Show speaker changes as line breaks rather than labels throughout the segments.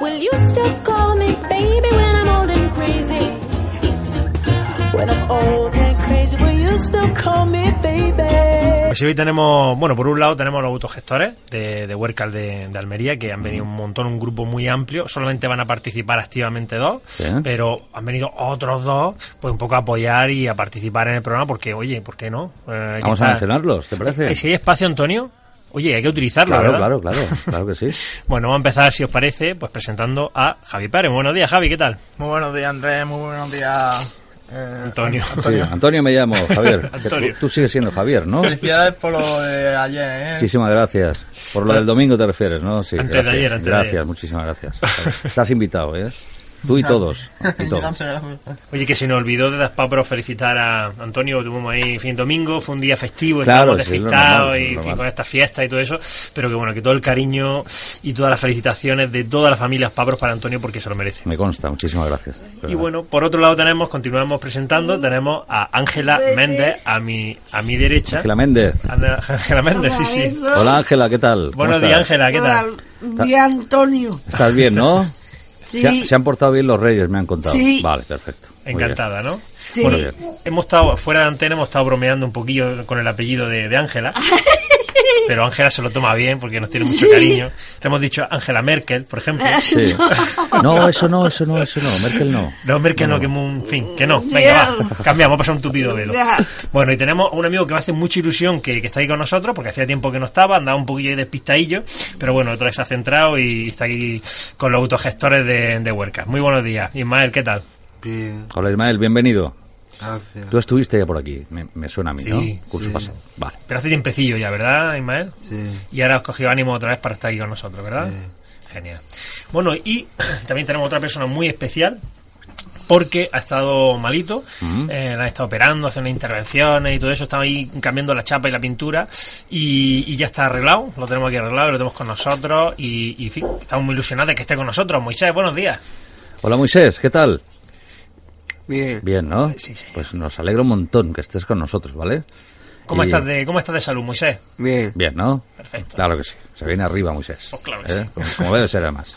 Will you still call me baby when I'm old and crazy? When I'm old and crazy, will you still call me baby?
Pues hoy tenemos, bueno, por un lado tenemos los autogestores de, de Huércal de, de Almería, que han
Mm.
venido un montón, un grupo muy amplio, solamente van a participar activamente dos,
Bien.
pero han venido otros dos, pues un poco a apoyar y a participar en el programa, porque oye, ¿por qué no? Eh, hay que
Vamos a
estar-
mencionarlos, ¿te parece?
Eh, Si hay espacio, Antonio, oye, hay que utilizarlo,
Claro,
¿verdad?
claro, claro, claro que sí.
Bueno, vamos a empezar, si os parece, pues presentando a Javi Pérez. Buenos días, Javi, ¿qué tal?
Muy buenos días, Andrés. Muy buenos días, eh,
Antonio.
Sí, Antonio me llamo, Javier. Que
Antonio.
Tú, tú sigues siendo Javier, ¿no?
Felicidades por lo de ayer, ¿eh?
Muchísimas gracias. Por lo del domingo te refieres, ¿no? Sí,
Antes de
gracias,
ayer, antes de
Gracias,
ayer.
muchísimas gracias. Estás invitado, ¿eh? Tú y todos. Y todos.
Gracias, gracias.
Oye, que se nos olvidó de Daspapro felicitar a Antonio, tuvimos ahí fin de domingo, fue un día festivo,
Claro,
estábamos
sí, es lo
despistados
normal, es
y en
lo
fin,
normal.
con estas fiestas y todo eso, pero que bueno, que todo el cariño y todas las felicitaciones de todas las familias Papros para Antonio porque se lo merece.
Me consta, muchísimas gracias.
Y bueno, por otro lado tenemos, continuamos presentando, tenemos a Ángela Méndez a mi, a mi derecha.
Ángela Méndez.
Ana- Ángela Méndez, sí, sí.
Hola Ángela, ¿qué tal? ¿Cómo
Buenos
estás?
días, Ángela, ¿qué tal?
Hola, día Antonio.
Estás bien, ¿no?
Sí,
Se, ha- se han portado bien los reyes, me han contado.
Sí.
Vale, perfecto. Muy bien.
Encantada, ¿no?
sí.
Muy bien.
Hemos estado fuera de antena, hemos estado bromeando un poquillo con el apellido de de Ángela. pero Ángela se lo toma bien porque nos tiene mucho cariño. Le hemos dicho Ángela Merkel, por ejemplo.
Sí. No, eso no, eso no, eso no. Merkel no.
No, Merkel no, que es un- en fin, que no. Venga, va, cambiamos, vamos a pasar un tupido velo.
Ya.
Bueno, y tenemos un amigo que me hace mucha ilusión que, que está ahí con nosotros, porque hacía tiempo que no estaba, andaba un poquillo ahí despistadillo, pero bueno, otra vez se ha centrado y está aquí con los autogestores de, de Huercas. Muy buenos días. Ismael, ¿qué tal?
Bien,
Hola Ismael, bienvenido.
gracias.
Tú estuviste ya por aquí, me, me suena a mí,
Sí,
¿no? Curso pasado. Vale.
Pero hace tiempecillo ya, ¿verdad, Ismael?
Sí.
Y ahora has cogido ánimo otra vez para estar aquí con nosotros, ¿verdad? Genial. Bueno, y también tenemos otra persona muy especial porque ha estado malito, eh, la han estado operando, hace unas intervenciones y todo eso, estaba ahí cambiando la chapa y la pintura y, y ya está arreglado, lo tenemos aquí arreglado, y lo tenemos con nosotros y, y en fin, estamos muy ilusionados de que esté con nosotros. Moisés, buenos días.
Hola Moisés, ¿qué tal?
Bien,
Bien, ¿no?
Sí, sí.
Pues nos alegra un montón que estés con nosotros, ¿vale?
¿Cómo,
Y-
estás de, ¿Cómo estás de salud, Moisés?
bien.
Bien, ¿no?
Perfecto.
Claro que sí. Se viene arriba Moisés. ¿eh?
Pues claro que sí.
Como, como debe ser además.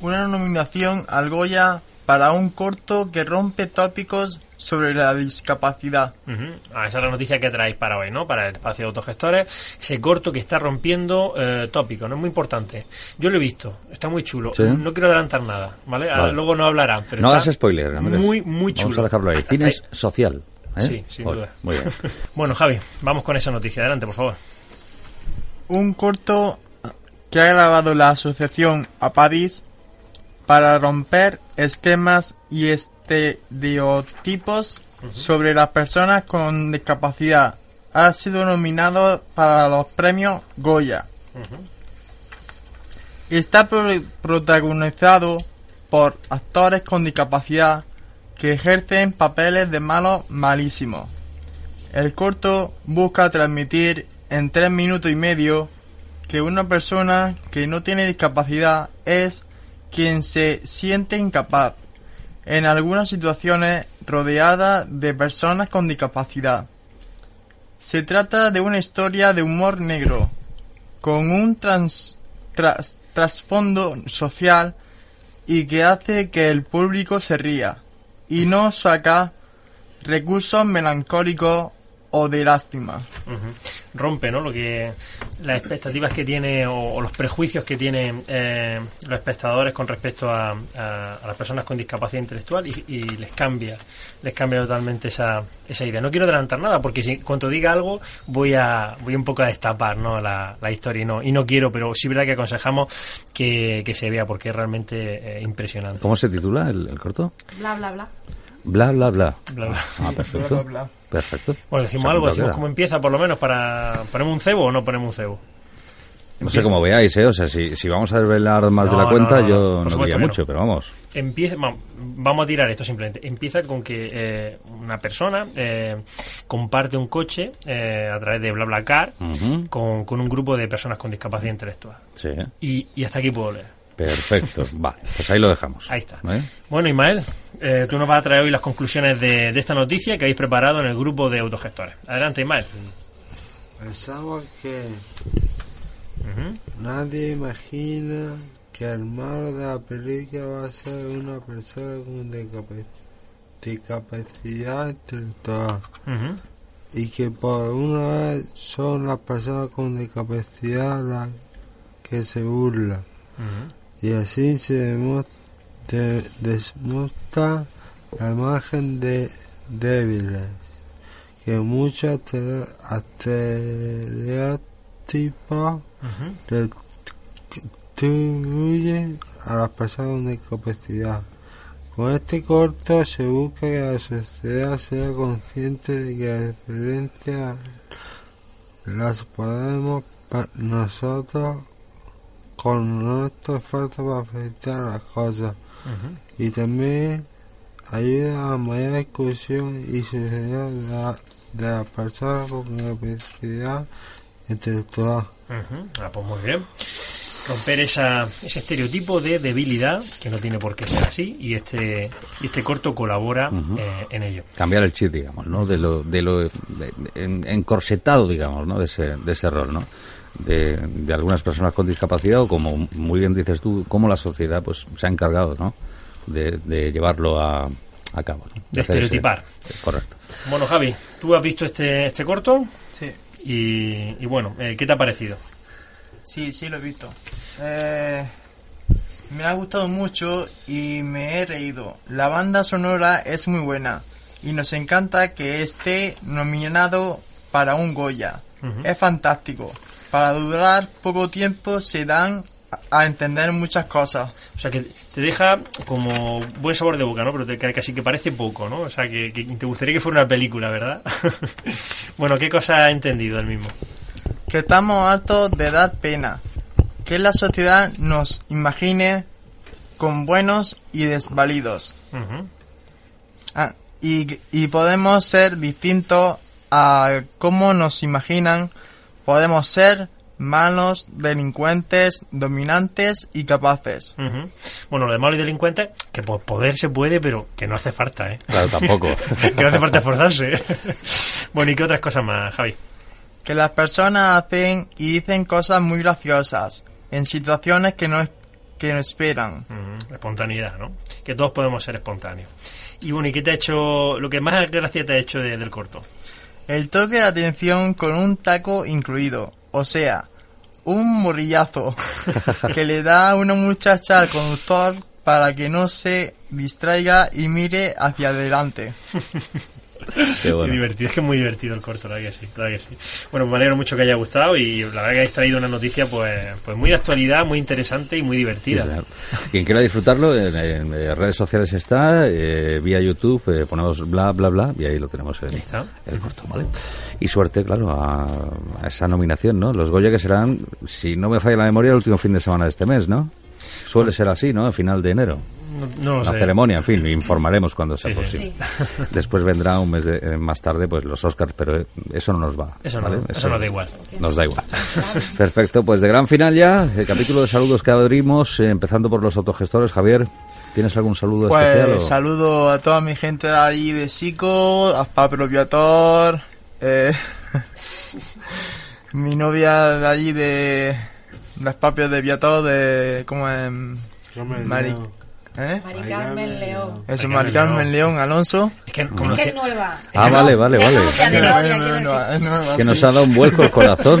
Una nominación al Goya para un corto que rompe tópicos sobre la discapacidad.
Ujú. Ah, esa es la noticia que traéis para hoy, ¿no? Para el espacio de autogestores. Ese corto que está rompiendo eh, tópico, ¿no? Es muy importante. Yo lo he visto, está muy chulo.
Sí.
No quiero adelantar nada, ¿vale? Ah,
Vale.
Luego no hablarán. Pero
no
está
hagas spoiler, Andrés.
Muy, muy chulo.
Vamos a dejarlo ahí.
Hasta-
Cine
hasta ahí.
social. ¿eh?
Sí, sin
Oye,
duda.
Muy bien.
Bueno, Javi, vamos con esa noticia. Adelante, por favor.
Un corto que ha grabado la asociación a París para romper esquemas y estereotipos sobre las personas con discapacidad. Ha sido nominado para los premios Goya. Está pro- protagonizado por actores con discapacidad que ejercen papeles de malos malísimos. El corto busca transmitir en tres minutos y medio que una persona que no tiene discapacidad es quien se siente incapaz en algunas situaciones rodeada de personas con discapacidad. Se trata de una historia de humor negro con un trans- tras- trasfondo social y que hace que el público se ría y no saca recursos melancólicos o de lástima.
Ujú. Rompe, ¿no? Lo que las expectativas que tiene o, o los prejuicios que tienen eh, los espectadores con respecto a, a- a las personas con discapacidad intelectual y, y les cambia, les cambia totalmente esa, esa idea. No quiero adelantar nada porque si cuanto diga algo voy a voy un poco a destapar, ¿no? La, la historia y no y no quiero, pero sí es verdad que aconsejamos que, que se vea porque es realmente eh, impresionante.
¿Cómo se titula el, el corto?
Bla, bla, bla.
Bla, bla, bla.
Bla, bla.
Ah, perfecto.
bla, bla.
Perfecto.
Bueno, decimos algo,
Se apuntado
decimos
queda.
cómo empieza por lo menos para ponemos un cebo o no ponemos un cebo.
No sé cómo veáis, ¿eh? O sea, si, si vamos a desvelar más de
No,
la
no, no,
cuenta,
no. Por
yo no
supuesto
diría
que no.
mucho, pero vamos.
Empieza, va- vamos a tirar esto simplemente. Empieza con que eh, una persona eh, comparte un coche eh, a través de BlaBlaCar
Ujú.
con, con un grupo de personas con discapacidad intelectual.
Sí, ¿eh?
Y, y hasta aquí puedo leer.
perfecto. vale, pues ahí lo dejamos.
Ahí está.
¿Vale?
Bueno, Ismael, eh, tú nos vas a traer hoy las conclusiones de, de esta noticia que habéis preparado en el grupo de autogestores. Adelante, Ismael.
Pensaba que nadie imagina que el malo de la película va a ser una persona con discapac- discapacidad intelectual
Ujú.
y que por una vez son las personas con discapacidad las que se burlan y así se demo- de- demuestra la imagen de débiles que muchos estere- estereotipos retribuyen a las personas con discapacidad. Con este corto se busca que la sociedad sea consciente de que las diferencias las podemos pa- nosotros con nuestro esfuerzo para afectar las cosas y también ayuda a la mayor discusión y sociedad de, la- de las personas con discapacidad intelectual.
Ujú. Ah, pues muy bien. Romper esa, ese estereotipo de debilidad, que no tiene por qué ser así, y este, y este corto colabora eh, en ello.
Cambiar el chip, digamos, ¿no? De lo, de lo de- en- encorsetado, digamos, ¿no? De ese, de ese error, ¿no? De, de algunas personas con discapacidad o como muy bien dices tú, cómo la sociedad pues se ha encargado, ¿no? De, de llevarlo a, a cabo. ¿no?
De
hacer ese-
estereotipar.
correcto.
Bueno, Javi, tú has visto este, este corto
Sí,
y, y bueno, eh, ¿qué te ha parecido?
sí, sí, lo he visto. Eh, me ha gustado mucho y me he reído. La banda sonora es muy buena y nos encanta que esté nominado para un Goya. Es fantástico. Para durar poco tiempo se dan a- a entender muchas cosas.
O sea, que te deja como buen sabor de boca, ¿no? Pero te, ca- casi que parece poco, ¿no? O sea, que, que te gustaría que fuera una película, ¿verdad? bueno, ¿qué cosa ha entendido el mismo?
que estamos hartos de dar pena, que la sociedad nos imagine con buenos y desvalidos,
Ujú.
Ah, y, y podemos ser distintos a cómo nos imaginan, podemos ser malos, delincuentes, dominantes y capaces.
Ujú. Bueno, lo de malos y delincuentes, que por poder se puede, pero que no hace falta, ¿eh?
Claro, tampoco.
que no hace falta esforzarse. bueno, ¿y qué otras cosas más, Javi?
que las personas hacen y dicen cosas muy graciosas en situaciones que no, es- que no esperan.
Ujú, Espontaneidad, ¿no? Que todos podemos ser espontáneos. Y bueno, ¿y qué te ha hecho, lo que más gracia te ha hecho de- del corto?
El toque de atención con un taco incluido, o sea, un morrillazo que le da una muchacha al conductor para que no se distraiga y mire hacia adelante.
Qué
Qué
bueno.
divertido, es que es muy divertido el corto, la verdad que sí, la verdad que sí. Bueno, pues me alegro mucho que haya gustado y la verdad que habéis traído una noticia pues, pues muy de actualidad, muy interesante y muy
Sí,
divertida.
señor. Quien quiera disfrutarlo, en, en, eh, redes sociales está, eh, vía YouTube, eh, ponemos bla, bla, bla, y ahí lo tenemos en
Ahí está.
el corto, ¿vale? Y suerte, claro, a, a esa nominación, ¿no? Los Goya que serán, si no me falla la memoria, el último fin de semana de este mes, ¿no? Suele ser así, ¿no? A final de enero.
No, no lo
La
sé.
ceremonia, en fin, informaremos cuando sea
Pues Sí, sí.
posible. Después vendrá un mes de- eh, más tarde, pues los Oscars, pero eh, eso no nos va.
Eso no,
¿vale?
eso nos da igual.
Nos da igual. Perfecto, pues de gran final ya, el capítulo de saludos que abrimos, eh, empezando por los autogestores. Javier, ¿tienes algún saludo especial? o-
Pues saludo a toda mi gente de ahí de Sico, a Pablo Viator, eh, mi novia de allí de las papias de Viator, de... ¿Cómo es? Mari- ¿Eh?
Mari Carmen León.
Eso,
Mari
Mari Carmen
Carmen
León Alonso.
Es que, como
Es
nos
que
te-
es nueva.
Ah, vale, vale,
Es
vale.
novia de
No,
novia,
no,
quiero
no,
decir.
es nueva,
Que nos
sí.
ha dado un vuelco el corazón,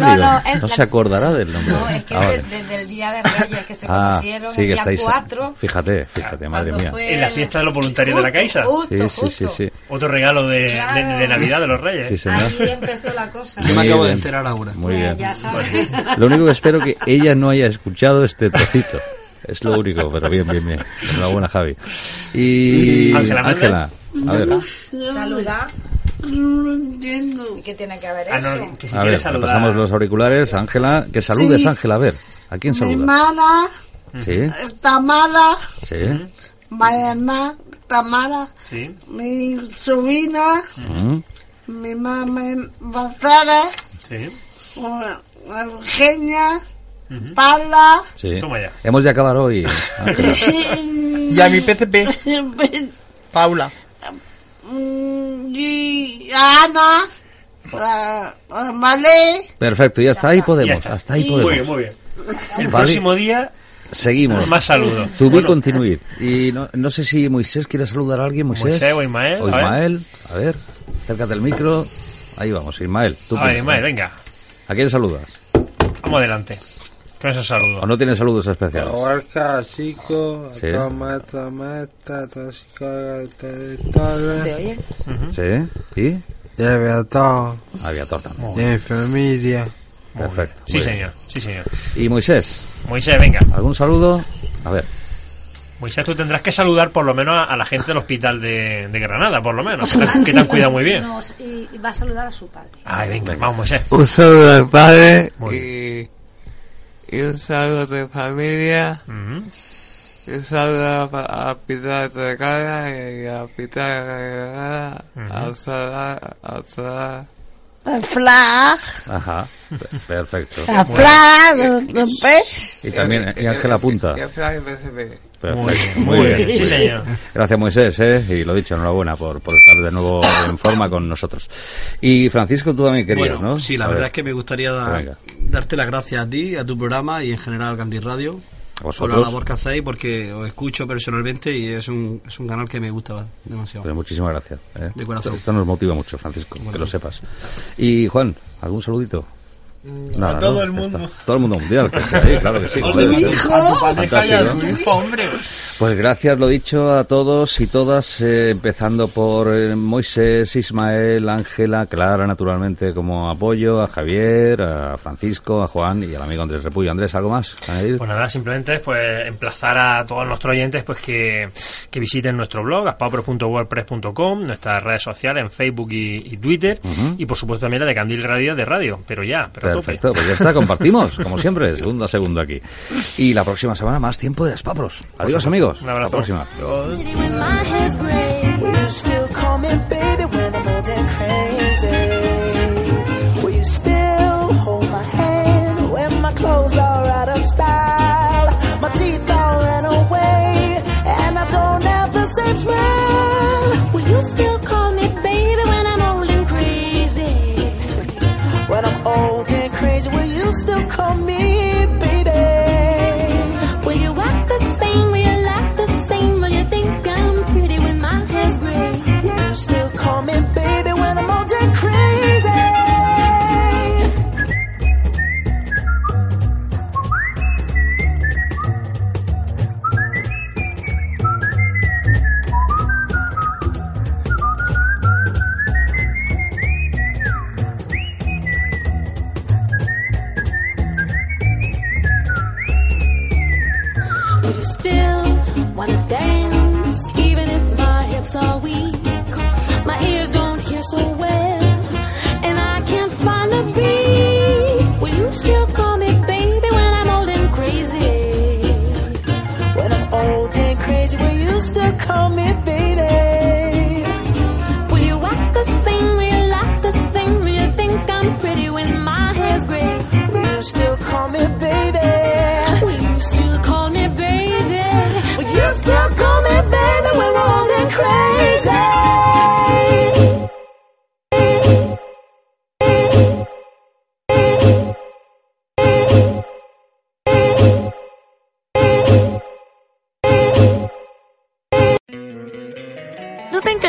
No,
digo.
no,
No,
es la-
se acordará del nombre.
No, es que
Ah,
es de-
vale.
desde el Día de Reyes que se
Ah,
conocieron,
sí,
el
que
día
estáis.
4.
Fíjate, fíjate, madre mía.
En la fiesta de los voluntarios de la Caixa.
Justo,
Sí, sí,
justo.
sí, sí.
Otro regalo de, de-
Claro.
de Navidad de los Reyes.
Sí, señor.
Ahí empezó la cosa.
Yo me
Muy
acabo de
bien.
enterar ahora.
Muy
Pues
bien.
Ya sabes.
Lo único que espero que ella no haya escuchado este trocito. Es lo único, pero bien, bien, bien. Enhorabuena, Javi. Y
Ángela Méndez.
Ángela, a ver.
Saludar
no lo entiendo.
¿Y qué tiene que ver
Ah,
eso?
no, que si
a ver,
quieres
le
saludar.
pasamos los auriculares. Ángela, que saludes,
Sí.
Ángela. A ver, ¿a quién
Mi
saludas?
hermana,
Sí,
eh, Tamara,
sí.
mi hermana, Tamara,
Sí.
mi sobrina,
Mm.
mi mamá González,
Sí.
Eugenia, Paula,
Sí.
Toma ya.
Hemos de acabar hoy. Ángela.
y,
Y a mi PCP, Paula.
y a Ana, a, a Malé,
Perfecto, ya está ahí
Ya
podemos.
está.
Hasta ahí
Muy bien,
podemos.
muy bien. El
Vale.
próximo día,
Seguimos.
más saludos.
To be
Bueno,
continued. eh, Y no, no sé si Moisés quiere saludar a alguien. Moisés,
Moisés o Ismael, a
O
ver.
Ismael. A ver, acércate al micro. Ahí vamos, Ismael. Tú
Ah,
a ver,
primero.
Ismael, venga.
¿A quién saludas?
Vamos adelante. Con esos
¿O
saludos.
no tienes saludos especiales?
Abarca, chico,
Sí.
a toda maestra, maestra, tóxica,
¿Te
territorio,
oye?
Sí. ¿Y?
y a todo,
Había torta.
y en familia.
Muy bien.
Perfecto.
Sí,
Muy
señor. Sí, señor.
bien. ¿Y Moisés?
Moisés, venga.
¿Algún saludo? A ver.
Moisés, tú tendrás que saludar por lo menos a, a la gente del hospital de, de Granada, por lo menos, que te, han- que te han cuidado muy bien.
No, y, y va a saludar a su padre.
Ay, venga, vamos, Moisés.
Un saludo de padre
Muy
y, y un saludo de familia.
Ujú.
Y un saludo a, a Pilar de Cara y a Pilar de Granada, a Sara, a Sara.
a Fla,
Ajá. Pe- Perfecto.
a Fla, de- de Pe.
Y también eh, y Ángela Punta.
Y a Frank BCP.
Perfecto.
Muy bien, muy bien. Sí, señor.
Gracias, Moisés, ¿eh? y lo dicho, enhorabuena por, por estar de nuevo en forma con nosotros. Y Francisco, tú también querías,
bueno,
¿no?
sí, la
A
verdad
ver,
es que me gustaría dar-
Venga.
darte las gracias a ti, a tu programa y en general a Candy Radio
¿A
por la
vosotros?
labor que hacéis porque os escucho personalmente y es un, es un canal que me gusta demasiado.
Pues muchísimas gracias. ¿eh?
De corazón.
Esto nos motiva mucho, Francisco, que lo sepas. Y Juan, ¿algún saludito? Nada,
Mm, todo el
Ya
mundo.
está. Todo el mundo mundial. que esté ahí, claro que sí.
Todo
joder.
el mundo.
Hijo,
A tu pareja y a tu
Fantástico.
hijo, hombre.
Pues gracias, lo dicho, a todos y todas, eh, empezando por eh, Moisés, Ismael, Ángela, Clara, naturalmente, como apoyo, a Javier, a Francisco, a Juan y al amigo Andrés Repullo. Andrés, ¿algo más? que añadir?
Pues nada, simplemente es pues emplazar a todos nuestros oyentes pues que, que visiten nuestro blog, aspapro.wordpress.com, nuestras redes sociales en Facebook y, y Twitter, y por supuesto también la de Candil Radio de Radio, pero ya, pero a tope.
Perfecto, pues ya está, compartimos, como siempre, segundo a segundo aquí. Y la próxima semana más tiempo de Aspapros. Adiós, amigos.
Un abrazo.
Hasta la próxima.
When my hair's gray, will you still call me baby when I'm old and crazy? Will you still hold my hand when my clothes are out of style? My teeth all ran away, and I don't have the same smile.
Will you still call me baby when I'm old and crazy?
When I'm old and crazy, will you still call me baby?
Will you act the same? Will you laugh the same? Will you think I'm pretty when my hair's gray?
Will you still call me baby when I'm old and crazy?
Would you still wanna dance? Even if my hips are weak, my ears don't hear so well, and I can't find the beat. Will you still call me baby when I'm old and crazy?
When I'm old and crazy, will you still call me baby?
Will you act the same? Will you laugh the same? Will you think I'm pretty when my hair's gray?
Will you still call me baby?
Will you still call me baby?
Will you still call me baby when we're old and crazy?
¿No te